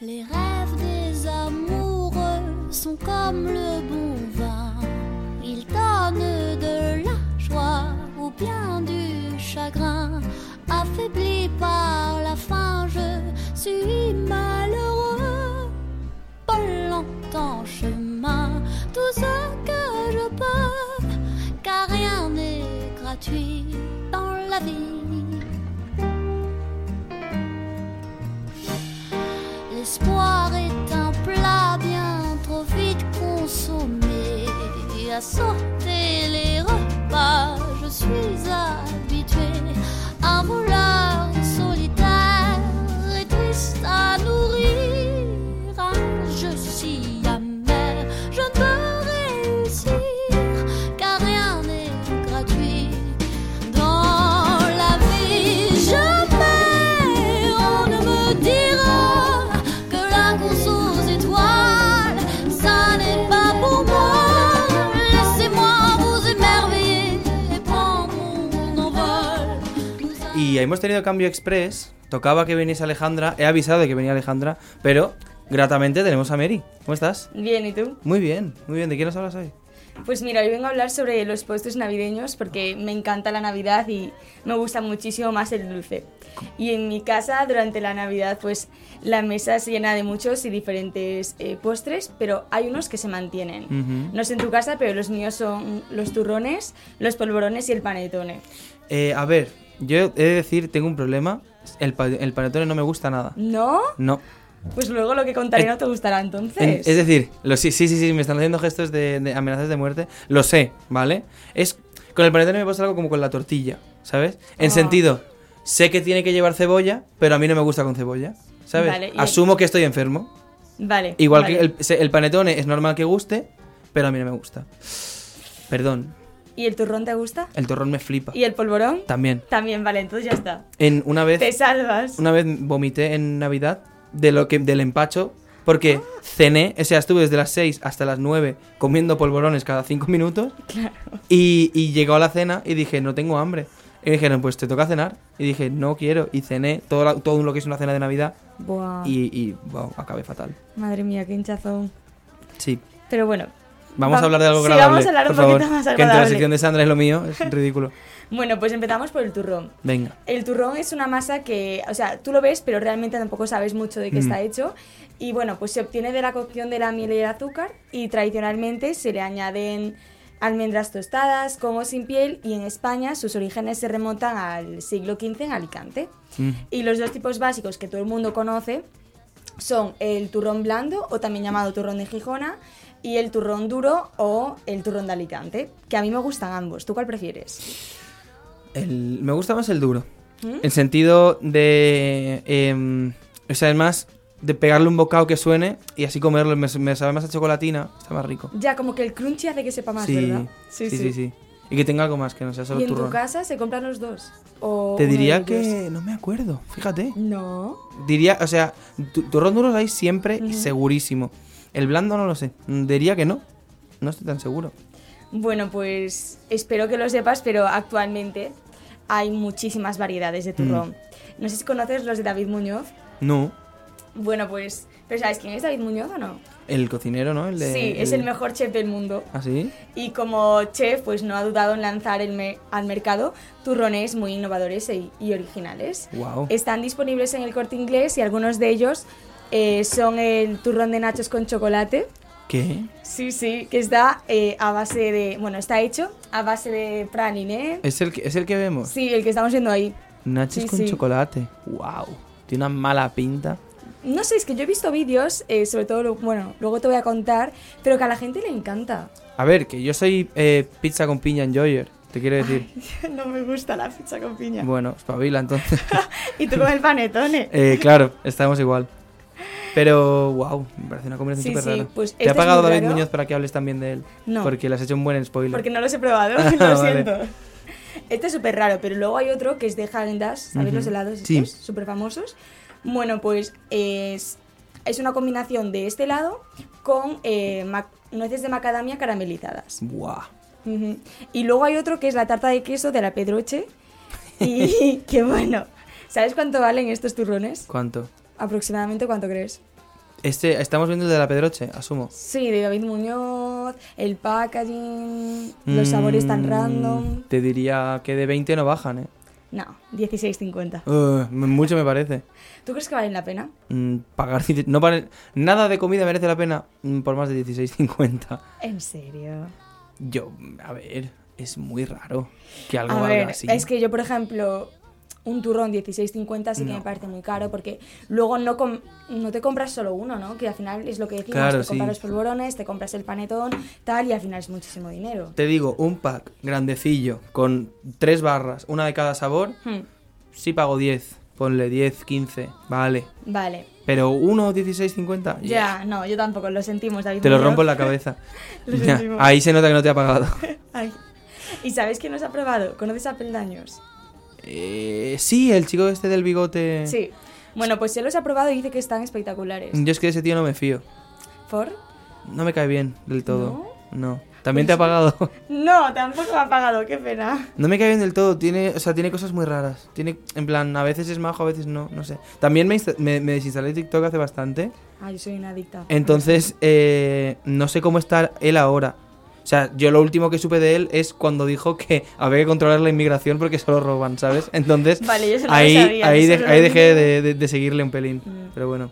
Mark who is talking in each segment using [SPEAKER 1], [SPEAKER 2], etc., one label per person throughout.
[SPEAKER 1] Les rêves des amoureux sont comme le bon vin. Ils donnent de la joie ou bien du chagrin. Affaibli par la faim, je suis malheureux. Pas longtemps chemin, tout ce que je peux, car rien n'est gratuit dans la vie. L'espoir est un plat bien trop vite consommé. À sortir les repas, je suis habitué. Un voleur solitaire et triste à nourrir. Un jeu si amer, je ne peux réussir, car rien n'est gratuit. Dans la vie, je perds, on ne me dira que la course aux étoiles, ça n'est pas pour moi. Laissez-moi vous émerveiller et prendre mon envol.
[SPEAKER 2] Y hemos tenido cambio express. Tocaba que viniese Alejandra. He avisado de que venía Alejandra. Pero gratamente tenemos a Mary. ¿Cómo estás?
[SPEAKER 3] Bien, ¿y tú?
[SPEAKER 2] Muy bien, muy bien. ¿De quién nos hablas hoy?
[SPEAKER 3] Pues mira, hoy vengo a hablar sobre los postres navideños porque me encanta la Navidad y me gusta muchísimo más el dulce. Y en mi casa durante la Navidad pues la mesa se llena de muchos y diferentes eh, postres, pero hay unos que se mantienen.
[SPEAKER 2] Ujú.
[SPEAKER 3] No sé en tu casa, pero los míos son los turrones, los polvorones y el panetone.
[SPEAKER 2] Eh, a ver, yo he de decir, tengo un problema. El, pa- el panetone no me gusta nada.
[SPEAKER 3] ¿No?
[SPEAKER 2] No.
[SPEAKER 3] Pues luego lo que contaré
[SPEAKER 2] En-
[SPEAKER 3] no te gustará
[SPEAKER 2] Eh, En-
[SPEAKER 3] entonces.
[SPEAKER 2] es decir, lo, sí, sí, sí, sí, me están haciendo gestos de, de amenazas de muerte. Lo sé, ¿vale? Es Con el panetone me pasa algo como con la tortilla, ¿sabes? En
[SPEAKER 3] Ah.
[SPEAKER 2] sentido, sé que tiene que llevar cebolla, pero a mí no me gusta con cebolla, ¿sabes?
[SPEAKER 3] Vale, y-
[SPEAKER 2] Asumo que estoy enfermo.
[SPEAKER 3] Vale.
[SPEAKER 2] Igual
[SPEAKER 3] vale.
[SPEAKER 2] que el, se- el panetone es normal que guste, pero a mí no me gusta. Perdón,
[SPEAKER 3] ¿Y el turrón te gusta?
[SPEAKER 2] el torrón me flipa.
[SPEAKER 3] ¿Y el polvorón?
[SPEAKER 2] También.
[SPEAKER 3] También, vale, entonces ya está.
[SPEAKER 2] En una vez
[SPEAKER 3] Te salvas.
[SPEAKER 2] una vez vomité en Navidad de lo que del empacho porque
[SPEAKER 3] Ah.
[SPEAKER 2] cené, o sea, estuve desde las 6 hasta las 9 comiendo polvorones cada 5 minutos. Y, y llegó a la cena y dije, no tengo hambre. Y me dijeron, pues te toca cenar. Y dije, no quiero. Y cené todo, la- todo lo que es una cena de Navidad.
[SPEAKER 3] Buah.
[SPEAKER 2] Y, y wow, acabé fatal.
[SPEAKER 3] Madre mía, qué hinchazón.
[SPEAKER 2] Sí.
[SPEAKER 3] Pero bueno.
[SPEAKER 2] Vamos
[SPEAKER 3] Va-
[SPEAKER 2] a hablar de algo
[SPEAKER 3] sí,
[SPEAKER 2] agradable.
[SPEAKER 3] vamos a hablar un
[SPEAKER 2] por favor,
[SPEAKER 3] poquito más
[SPEAKER 2] Que entre la
[SPEAKER 3] agradable.
[SPEAKER 2] sección de Sandra es lo mío, es ridículo.
[SPEAKER 3] Bueno, pues empezamos por el turrón.
[SPEAKER 2] Venga.
[SPEAKER 3] El turrón es una masa que, o sea, tú lo ves, pero realmente tampoco sabes mucho de qué
[SPEAKER 2] Mm.
[SPEAKER 3] está hecho. Y bueno, pues se obtiene de la cocción de la miel y el azúcar y tradicionalmente se le añaden almendras tostadas, con o sin piel y en España sus orígenes se remontan al siglo XV en Alicante.
[SPEAKER 2] Mm.
[SPEAKER 3] Y los dos tipos básicos que todo el mundo conoce son el turrón blando, o también llamado turrón de Gijona, y el turrón duro o el turrón de Alicante, que a mí me gustan ambos. ¿Tú cuál prefieres?
[SPEAKER 2] El- me gusta más el duro.
[SPEAKER 3] ¿Mm?
[SPEAKER 2] El sentido de. em, o sea, además de pegarle un bocado que suene y así comerlo. Me, me sabe más a chocolatina, está más rico.
[SPEAKER 3] Ya, como que el crunchy hace que sepa más, ¿verdad?
[SPEAKER 2] sí, sí, sí. Y que tenga algo más, que no sea solo
[SPEAKER 3] ¿Y en
[SPEAKER 2] turrón.
[SPEAKER 3] tu casa se compran los dos? ¿O
[SPEAKER 2] Te
[SPEAKER 3] uno de
[SPEAKER 2] diría
[SPEAKER 3] ellos?
[SPEAKER 2] que. No me acuerdo, fíjate.
[SPEAKER 3] No.
[SPEAKER 2] Diría, o sea, tu- turrón duro hay siempre y
[SPEAKER 3] Ujú.
[SPEAKER 2] segurísimo. El blando no lo sé. Mm, Diría que no. No estoy tan seguro.
[SPEAKER 3] Bueno, pues espero que lo sepas, pero actualmente hay muchísimas variedades de
[SPEAKER 2] Mm.
[SPEAKER 3] turrón. No sé si conoces los de David Muñoz.
[SPEAKER 2] No.
[SPEAKER 3] Bueno, pues, ¿pero sabes quién es David Muñoz o no?
[SPEAKER 2] El cocinero, ¿no? El de-
[SPEAKER 3] sí, es el mejor chef del mundo.
[SPEAKER 2] ¿Ah, sí?
[SPEAKER 3] Y como chef, pues no ha dudado en lanzar el me- al mercado turrones muy innovadores e- y originales.
[SPEAKER 2] Wow.
[SPEAKER 3] Están disponibles en el corte inglés y algunos de ellos eh, son el turrón de nachos con chocolate.
[SPEAKER 2] ¿Qué?
[SPEAKER 3] Sí, sí, que está eh, a base de. Bueno, está hecho a base de praliné.
[SPEAKER 2] ¿Es el, que- es el que vemos?
[SPEAKER 3] Sí, el que estamos viendo ahí.
[SPEAKER 2] Nachos
[SPEAKER 3] Sí,
[SPEAKER 2] con
[SPEAKER 3] sí.
[SPEAKER 2] chocolate. Wow. Tiene una mala pinta.
[SPEAKER 3] No sé, es que yo he visto vídeos, eh, sobre todo, lo- bueno, luego te voy a contar, pero que a la gente le encanta.
[SPEAKER 2] A ver, que yo soy eh, pizza con piña enjoyer. Te
[SPEAKER 3] Ah,
[SPEAKER 2] quiero decir.
[SPEAKER 3] no me gusta la pizza con piña.
[SPEAKER 2] Bueno, espabila entonces.
[SPEAKER 3] Y tú con el panetone.
[SPEAKER 2] Eh, claro, estamos igual. Pero, wow, me parece una combinación
[SPEAKER 3] Sí,
[SPEAKER 2] súper
[SPEAKER 3] sí,
[SPEAKER 2] rara.
[SPEAKER 3] pues
[SPEAKER 2] ¿Te
[SPEAKER 3] este
[SPEAKER 2] ha
[SPEAKER 3] es
[SPEAKER 2] pagado
[SPEAKER 3] muy
[SPEAKER 2] David
[SPEAKER 3] raro.
[SPEAKER 2] Muñoz para que hables también de él?
[SPEAKER 3] No.
[SPEAKER 2] Porque le has hecho un buen spoiler.
[SPEAKER 3] Porque no los he probado,
[SPEAKER 2] Ah,
[SPEAKER 3] lo
[SPEAKER 2] vale.
[SPEAKER 3] siento. Este es súper raro, pero luego hay otro que es de Häagen Dazs, ¿sabéis
[SPEAKER 2] Ujú.
[SPEAKER 3] los helados
[SPEAKER 2] Sí.
[SPEAKER 3] estos? Súper famosos. Bueno, pues es, es una combinación de este helado con eh, ma- nueces de macadamia caramelizadas.
[SPEAKER 2] Buah.
[SPEAKER 3] Ujú. Y luego hay otro que es la tarta de queso de la Pedroche. Y que bueno, ¿sabes cuánto valen estos turrones?
[SPEAKER 2] ¿Cuánto?
[SPEAKER 3] Aproximadamente, ¿cuánto crees?
[SPEAKER 2] Este, estamos viendo el de la Pedroche, asumo.
[SPEAKER 3] Sí, de David Muñoz, el packaging, los sabores
[SPEAKER 2] Mm,
[SPEAKER 3] tan random.
[SPEAKER 2] Te diría que de 20 no bajan, ¿eh?
[SPEAKER 3] No, 16.50.
[SPEAKER 2] Eh, mucho me parece.
[SPEAKER 3] ¿Tú crees que valen la pena?
[SPEAKER 2] Mm, pagar dieci- no vale- nada de comida merece la pena mm, por más de 16.50.
[SPEAKER 3] En serio.
[SPEAKER 2] Yo, a ver, es muy raro que algo
[SPEAKER 3] A
[SPEAKER 2] valga
[SPEAKER 3] ver,
[SPEAKER 2] así.
[SPEAKER 3] es que yo, por ejemplo, un turrón 16.50 sí que
[SPEAKER 2] No.
[SPEAKER 3] me parece muy caro porque luego no, com- no te compras solo uno, ¿no? Que al final es lo que decimos,
[SPEAKER 2] Claro,
[SPEAKER 3] te
[SPEAKER 2] sí.
[SPEAKER 3] compras los polvorones, te compras el panetón, tal, y al final es muchísimo dinero.
[SPEAKER 2] Te digo, un pack grandecillo con tres barras, una de cada sabor,
[SPEAKER 3] Hmm,
[SPEAKER 2] sí pago 10. Ponle 10, 15, vale.
[SPEAKER 3] Vale.
[SPEAKER 2] Pero uno 16.50,
[SPEAKER 3] Ya, no, yo tampoco, lo sentimos, David.
[SPEAKER 2] Te lo
[SPEAKER 3] Muñoz.
[SPEAKER 2] rompo en la cabeza.
[SPEAKER 3] Lo
[SPEAKER 2] Ya,
[SPEAKER 3] sentimos.
[SPEAKER 2] ahí se nota que no te ha pagado.
[SPEAKER 3] Ay. ¿Y sabes quién nos ha probado? ¿Conoces a Peldaños?
[SPEAKER 2] Eh, sí, el chico este del bigote.
[SPEAKER 3] Sí. Bueno, pues él los ha probado y dice que están espectaculares.
[SPEAKER 2] Yo es que de ese tío no me fío.
[SPEAKER 3] ¿Por?
[SPEAKER 2] No me cae bien del todo. No. También te ha pagado.
[SPEAKER 3] No, tampoco me ha pagado, qué pena.
[SPEAKER 2] No me cae bien del todo, tiene, o sea, tiene cosas muy raras. Tiene, en plan, a veces es majo, a veces no, no sé. También me, insta- me, me desinstalé TikTok hace bastante.
[SPEAKER 3] Ay, yo soy una adicta.
[SPEAKER 2] Entonces, eh, no sé cómo está él ahora. O sea, yo lo último que supe de él es cuando dijo que había que controlar la inmigración porque solo roban, ¿sabes? Entonces,
[SPEAKER 3] Vale, yo eso no lo
[SPEAKER 2] ahí,
[SPEAKER 3] sabía,
[SPEAKER 2] ahí,
[SPEAKER 3] eso
[SPEAKER 2] de-
[SPEAKER 3] no lo
[SPEAKER 2] ahí dejé
[SPEAKER 3] sabía.
[SPEAKER 2] de, de- de seguirle un pelín.
[SPEAKER 3] Mm.
[SPEAKER 2] Pero bueno,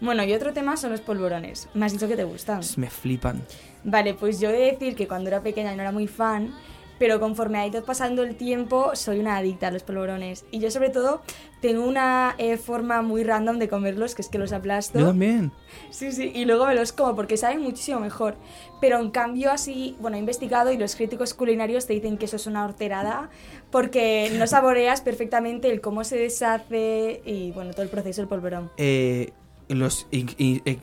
[SPEAKER 3] Bueno, y otro tema son los polvorones. Me has dicho que te gustan.
[SPEAKER 2] me flipan.
[SPEAKER 3] Vale, pues yo he de decir que cuando era pequeña no era muy fan, pero conforme ha ido pasando el tiempo, soy una adicta a los polvorones. Y yo, sobre todo, tengo una eh, forma muy random de comerlos, que es que los aplasto.
[SPEAKER 2] Yo también.
[SPEAKER 3] Sí, sí, y luego me los como porque saben muchísimo mejor. Pero en cambio así, bueno, he investigado y los críticos culinarios te dicen que eso es una horterada porque no saboreas perfectamente el cómo se deshace y bueno, todo el proceso del polverón.
[SPEAKER 2] eh, los in- in- eh,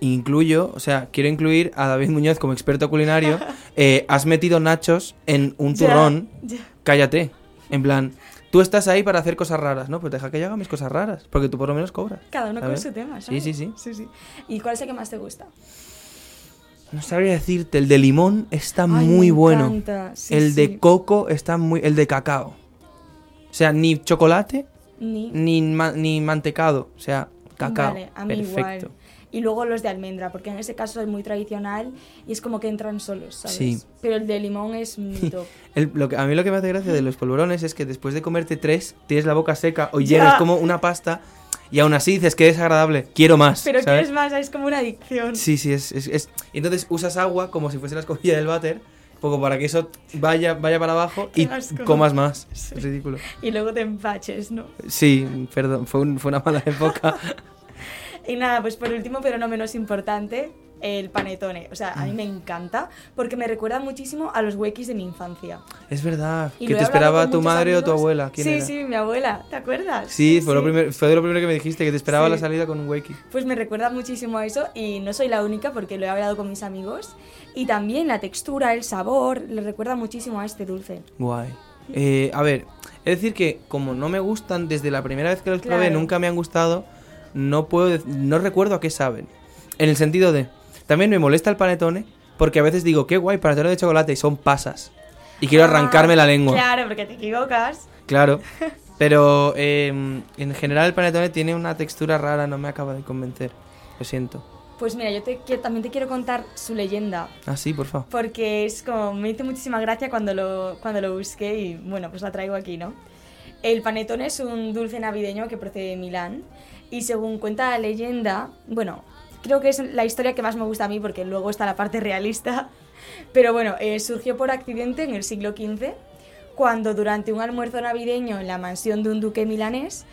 [SPEAKER 2] incluyo, o sea, quiero incluir a David Muñoz como experto culinario. Eh, has metido nachos en un
[SPEAKER 3] Ya,
[SPEAKER 2] turrón,
[SPEAKER 3] ya.
[SPEAKER 2] cállate. En plan, tú estás ahí para hacer cosas raras, ¿no? Pues deja que yo haga mis cosas raras, porque tú por lo menos cobras.
[SPEAKER 3] Cada uno con
[SPEAKER 2] ¿sabes?
[SPEAKER 3] su tema,
[SPEAKER 2] Sí,
[SPEAKER 3] ¿sabes?
[SPEAKER 2] sí, sí.
[SPEAKER 3] ¿Y cuál es el que más te gusta?
[SPEAKER 2] No sabría decirte, el de limón está
[SPEAKER 3] Ay,
[SPEAKER 2] muy
[SPEAKER 3] me
[SPEAKER 2] bueno.
[SPEAKER 3] encanta. Sí,
[SPEAKER 2] el de
[SPEAKER 3] sí.
[SPEAKER 2] coco está muy. El de cacao. O sea, ni chocolate
[SPEAKER 3] Ni...
[SPEAKER 2] ni, ma- ni mantecado. O sea, cacao.
[SPEAKER 3] Vale, a mí
[SPEAKER 2] Perfecto.
[SPEAKER 3] igual. Y luego los de almendra, porque en ese caso es muy tradicional y es como que entran solos, ¿sabes?
[SPEAKER 2] Sí.
[SPEAKER 3] Pero el de limón es mi top.
[SPEAKER 2] El- lo que- a mí lo que me hace gracia de los polvorones es que después de comerte tres, tienes la boca seca o
[SPEAKER 3] Ya.
[SPEAKER 2] llenas como una pasta y aún así dices que es agradable, quiero más.
[SPEAKER 3] Pero
[SPEAKER 2] ¿sabes?
[SPEAKER 3] quieres más, es como una adicción.
[SPEAKER 2] Sí, sí, es, es- es- y entonces usas agua como si fuese la escobilla del váter, poco para que eso vaya, vaya para abajo
[SPEAKER 3] Qué
[SPEAKER 2] y
[SPEAKER 3] asco.
[SPEAKER 2] comas más.
[SPEAKER 3] Sí.
[SPEAKER 2] Es ridículo.
[SPEAKER 3] Y luego te empaches, ¿no?
[SPEAKER 2] Sí, perdón, fue, un- fue una mala época.
[SPEAKER 3] Y nada, pues por último, pero no menos importante, el panetone. O sea, a mí
[SPEAKER 2] Mm.
[SPEAKER 3] me encanta porque me recuerda muchísimo a los huequis de mi infancia.
[SPEAKER 2] es verdad,
[SPEAKER 3] Y
[SPEAKER 2] que
[SPEAKER 3] lo he
[SPEAKER 2] te
[SPEAKER 3] hablado
[SPEAKER 2] esperaba
[SPEAKER 3] con
[SPEAKER 2] tu
[SPEAKER 3] muchos
[SPEAKER 2] madre o tu
[SPEAKER 3] amigos.
[SPEAKER 2] abuela. ¿Quién
[SPEAKER 3] sí,
[SPEAKER 2] era?
[SPEAKER 3] sí, mi abuela, ¿te acuerdas?
[SPEAKER 2] Sí, fue, Lo primer- fue de lo primero que me dijiste, que te esperaba
[SPEAKER 3] Sí.
[SPEAKER 2] la salida con un wakey.
[SPEAKER 3] Pues me recuerda muchísimo a eso y no soy la única porque lo he hablado con mis amigos. Y también la textura, el sabor, le recuerda muchísimo a este dulce.
[SPEAKER 2] Guay. Eh, a ver, es decir que como no me gustan desde la primera vez que los probé,
[SPEAKER 3] Claro.
[SPEAKER 2] nunca me han gustado, no puedo, dec- no recuerdo a qué saben. En el sentido de, también me molesta el panetone porque a veces digo, qué guay, panetone de chocolate y son pasas. Y quiero
[SPEAKER 3] Ah,
[SPEAKER 2] arrancarme la lengua. Claro.
[SPEAKER 3] Claro, porque te equivocas.
[SPEAKER 2] Pero eh, en general el panetone tiene una textura rara, no me acaba de convencer. Lo siento.
[SPEAKER 3] Pues mira, yo te, qui- también te quiero contar su leyenda.
[SPEAKER 2] Ah, sí, por favor.
[SPEAKER 3] porque es como me hizo muchísima gracia cuando lo, cuando lo busqué y bueno, pues la traigo aquí, ¿no? El panetone es un dulce navideño que procede de Milán y según cuenta la leyenda, bueno, creo que es la historia que más me gusta a mí porque luego está la parte realista, pero bueno, eh, surgió por accidente en el siglo XV cuando durante un almuerzo navideño en la mansión de un duque milanés,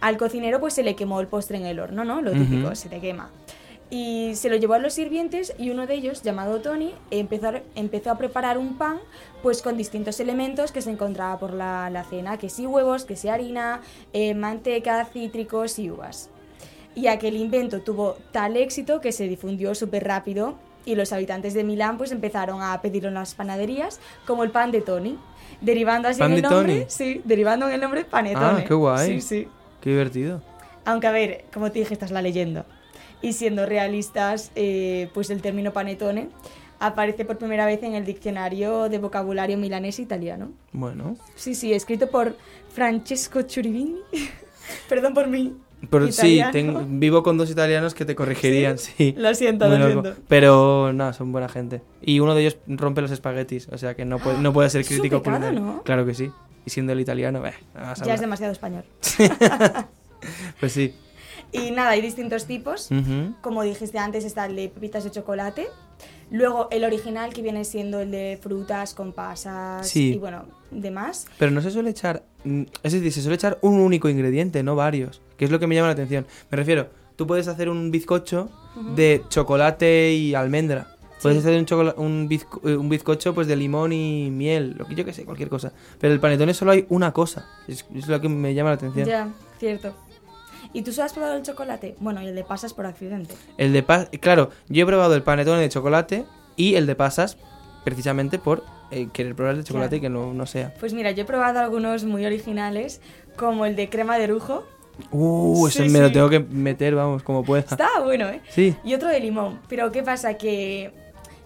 [SPEAKER 3] al cocinero pues se le quemó el postre en el horno, ¿no? Lo
[SPEAKER 2] Ujú.
[SPEAKER 3] típico, se te quema. Y se lo llevó a los sirvientes y uno de ellos, llamado Tony, empezó a, empezó a preparar un pan pues con distintos elementos que se encontraba por la, la cena, que sí huevos, que sí harina, eh, manteca, cítricos y uvas. Y aquel invento tuvo tal éxito que se difundió súper rápido y los habitantes de Milán pues empezaron a pedirlo en las panaderías como el pan de Tony, derivando así
[SPEAKER 2] ¿Pan
[SPEAKER 3] en
[SPEAKER 2] de
[SPEAKER 3] el nombre,
[SPEAKER 2] Tony?
[SPEAKER 3] sí, derivando en el nombre panetone.
[SPEAKER 2] Ah, qué guay.
[SPEAKER 3] Sí, sí.
[SPEAKER 2] Qué divertido.
[SPEAKER 3] Aunque a ver, como te dije, esta es la leyenda. Y siendo realistas, eh, pues el término panetone aparece por primera vez en el diccionario de vocabulario milanés e italiano.
[SPEAKER 2] Bueno.
[SPEAKER 3] Sí, sí, escrito por Francesco Churibini. Perdón por mí.
[SPEAKER 2] Pero sí,
[SPEAKER 3] Italiano.
[SPEAKER 2] tengo- vivo con dos italianos que te corregirían, sí.
[SPEAKER 3] Lo siento,
[SPEAKER 2] Muy
[SPEAKER 3] lo
[SPEAKER 2] loco.
[SPEAKER 3] siento.
[SPEAKER 2] Pero no, son buena gente. Y uno de ellos rompe los espaguetis, o sea que no puede, no puede ser
[SPEAKER 3] Es un
[SPEAKER 2] crítico
[SPEAKER 3] pecado,
[SPEAKER 2] culinario.
[SPEAKER 3] ¿no?
[SPEAKER 2] Claro que sí. Y siendo el italiano, eh, no vas a
[SPEAKER 3] Ya
[SPEAKER 2] hablar.
[SPEAKER 3] es demasiado español.
[SPEAKER 2] Pues sí.
[SPEAKER 3] Y nada, hay distintos tipos.
[SPEAKER 2] Ujú.
[SPEAKER 3] Como dijiste antes, está el de pepitas de chocolate. Luego el original que viene siendo el de frutas con pasas
[SPEAKER 2] Sí.
[SPEAKER 3] y bueno, demás.
[SPEAKER 2] Pero no se suele echar. mm, Es decir, se suele echar un único ingrediente, no varios. Que es lo que me llama la atención. Me refiero, tú puedes hacer un bizcocho de chocolate y almendra. Puedes hacer un, chocola- un, bizco- eh, un bizcocho pues de limón y miel, lo que yo que sé, cualquier cosa. Pero el panetone solo hay una cosa. Es, es lo que me llama la atención.
[SPEAKER 3] Ya, cierto. ¿Y tú solo has probado el chocolate? Bueno, y el de pasas por accidente.
[SPEAKER 2] El de pasas. Claro, yo he probado el panetone de chocolate y el de pasas precisamente por eh, querer probar el de chocolate y que no, no sea.
[SPEAKER 3] Pues mira, yo he probado algunos muy originales, como el de crema de rujo.
[SPEAKER 2] Uh,
[SPEAKER 3] Sí,
[SPEAKER 2] ese me lo
[SPEAKER 3] sí.
[SPEAKER 2] tengo que meter, vamos, como pueda.
[SPEAKER 3] Está bueno, ¿eh?
[SPEAKER 2] Sí.
[SPEAKER 3] Y otro de limón. Pero ¿qué pasa? Que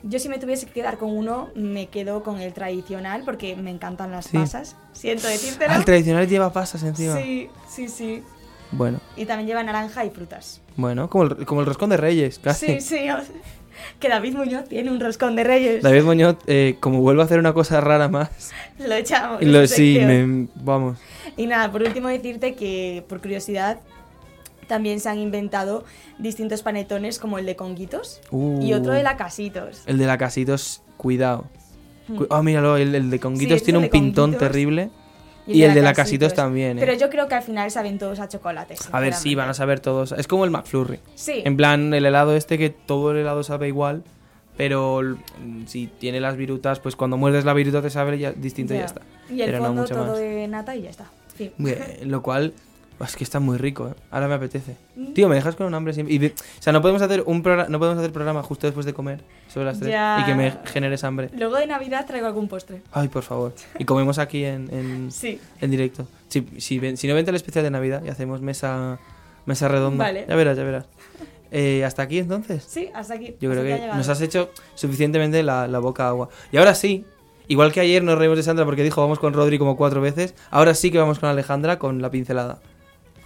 [SPEAKER 3] yo si me tuviese que quedar con uno, me quedo con el tradicional porque me encantan las
[SPEAKER 2] Sí.
[SPEAKER 3] pasas. Siento decírtelo.
[SPEAKER 2] Ah, el tradicional lleva pasas encima.
[SPEAKER 3] sí, sí, sí.
[SPEAKER 2] Bueno,
[SPEAKER 3] Y también lleva naranja y frutas.
[SPEAKER 2] bueno, como el, como el roscón de Reyes, casi.
[SPEAKER 3] Sí, sí. o sea, que David Muñoz tiene un roscón de reyes.
[SPEAKER 2] David Moñot, eh, como vuelvo a hacer una cosa rara más,
[SPEAKER 3] Lo echamos. de
[SPEAKER 2] lo,
[SPEAKER 3] su
[SPEAKER 2] sí,
[SPEAKER 3] sección.
[SPEAKER 2] me, vamos.
[SPEAKER 3] Y nada, por último decirte que, por curiosidad, también se han inventado distintos panetones como el de conguitos
[SPEAKER 2] Uh.
[SPEAKER 3] y otro de lacasitos.
[SPEAKER 2] El de la casitos, cuidado. Cu- Ah, míralo, el, el de Conguitos
[SPEAKER 3] Sí,
[SPEAKER 2] tiene
[SPEAKER 3] el
[SPEAKER 2] un
[SPEAKER 3] de
[SPEAKER 2] pintón
[SPEAKER 3] Conguitos.
[SPEAKER 2] terrible. Y el de lacasitos también, ¿eh?
[SPEAKER 3] Pero yo creo que al final saben todos a chocolate.
[SPEAKER 2] A ver, sí, van a saber todos. Es como el McFlurry.
[SPEAKER 3] Sí.
[SPEAKER 2] En plan, el helado este que todo el helado sabe igual, pero l- mm, si tiene las virutas, pues cuando muerdes la viruta te sabe ya distinto y ya está.
[SPEAKER 3] Y el
[SPEAKER 2] pero
[SPEAKER 3] fondo
[SPEAKER 2] no mucho
[SPEAKER 3] todo
[SPEAKER 2] más.
[SPEAKER 3] de nata y ya está. Fin.
[SPEAKER 2] Eh, Lo cual, es que está muy rico, ¿eh? Ahora me apetece.
[SPEAKER 3] Mm.
[SPEAKER 2] Tío, me dejas con un hambre siempre. Y de- o sea, no podemos hacer un programa, no podemos hacer programa justo después de comer, sobre las 3,
[SPEAKER 3] Ya.
[SPEAKER 2] y que me generes hambre.
[SPEAKER 3] Luego de Navidad traigo algún postre.
[SPEAKER 2] Ay, por favor. Y comemos aquí en, en,
[SPEAKER 3] Sí.
[SPEAKER 2] en directo. Si, si, ven- si no vente el especial de Navidad y hacemos mesa, mesa redonda.
[SPEAKER 3] Vale.
[SPEAKER 2] Ya verás, ya verás. Eh, ¿Hasta aquí entonces?
[SPEAKER 3] Sí, hasta aquí.
[SPEAKER 2] Yo creo
[SPEAKER 3] hasta aquí ha
[SPEAKER 2] que
[SPEAKER 3] llegado.
[SPEAKER 2] nos has hecho suficientemente la, la boca agua. Y ahora sí, igual que ayer nos reímos de Sandra porque dijo vamos con Rodri como cuatro veces, ahora sí que vamos con Alejandra con la pincelada.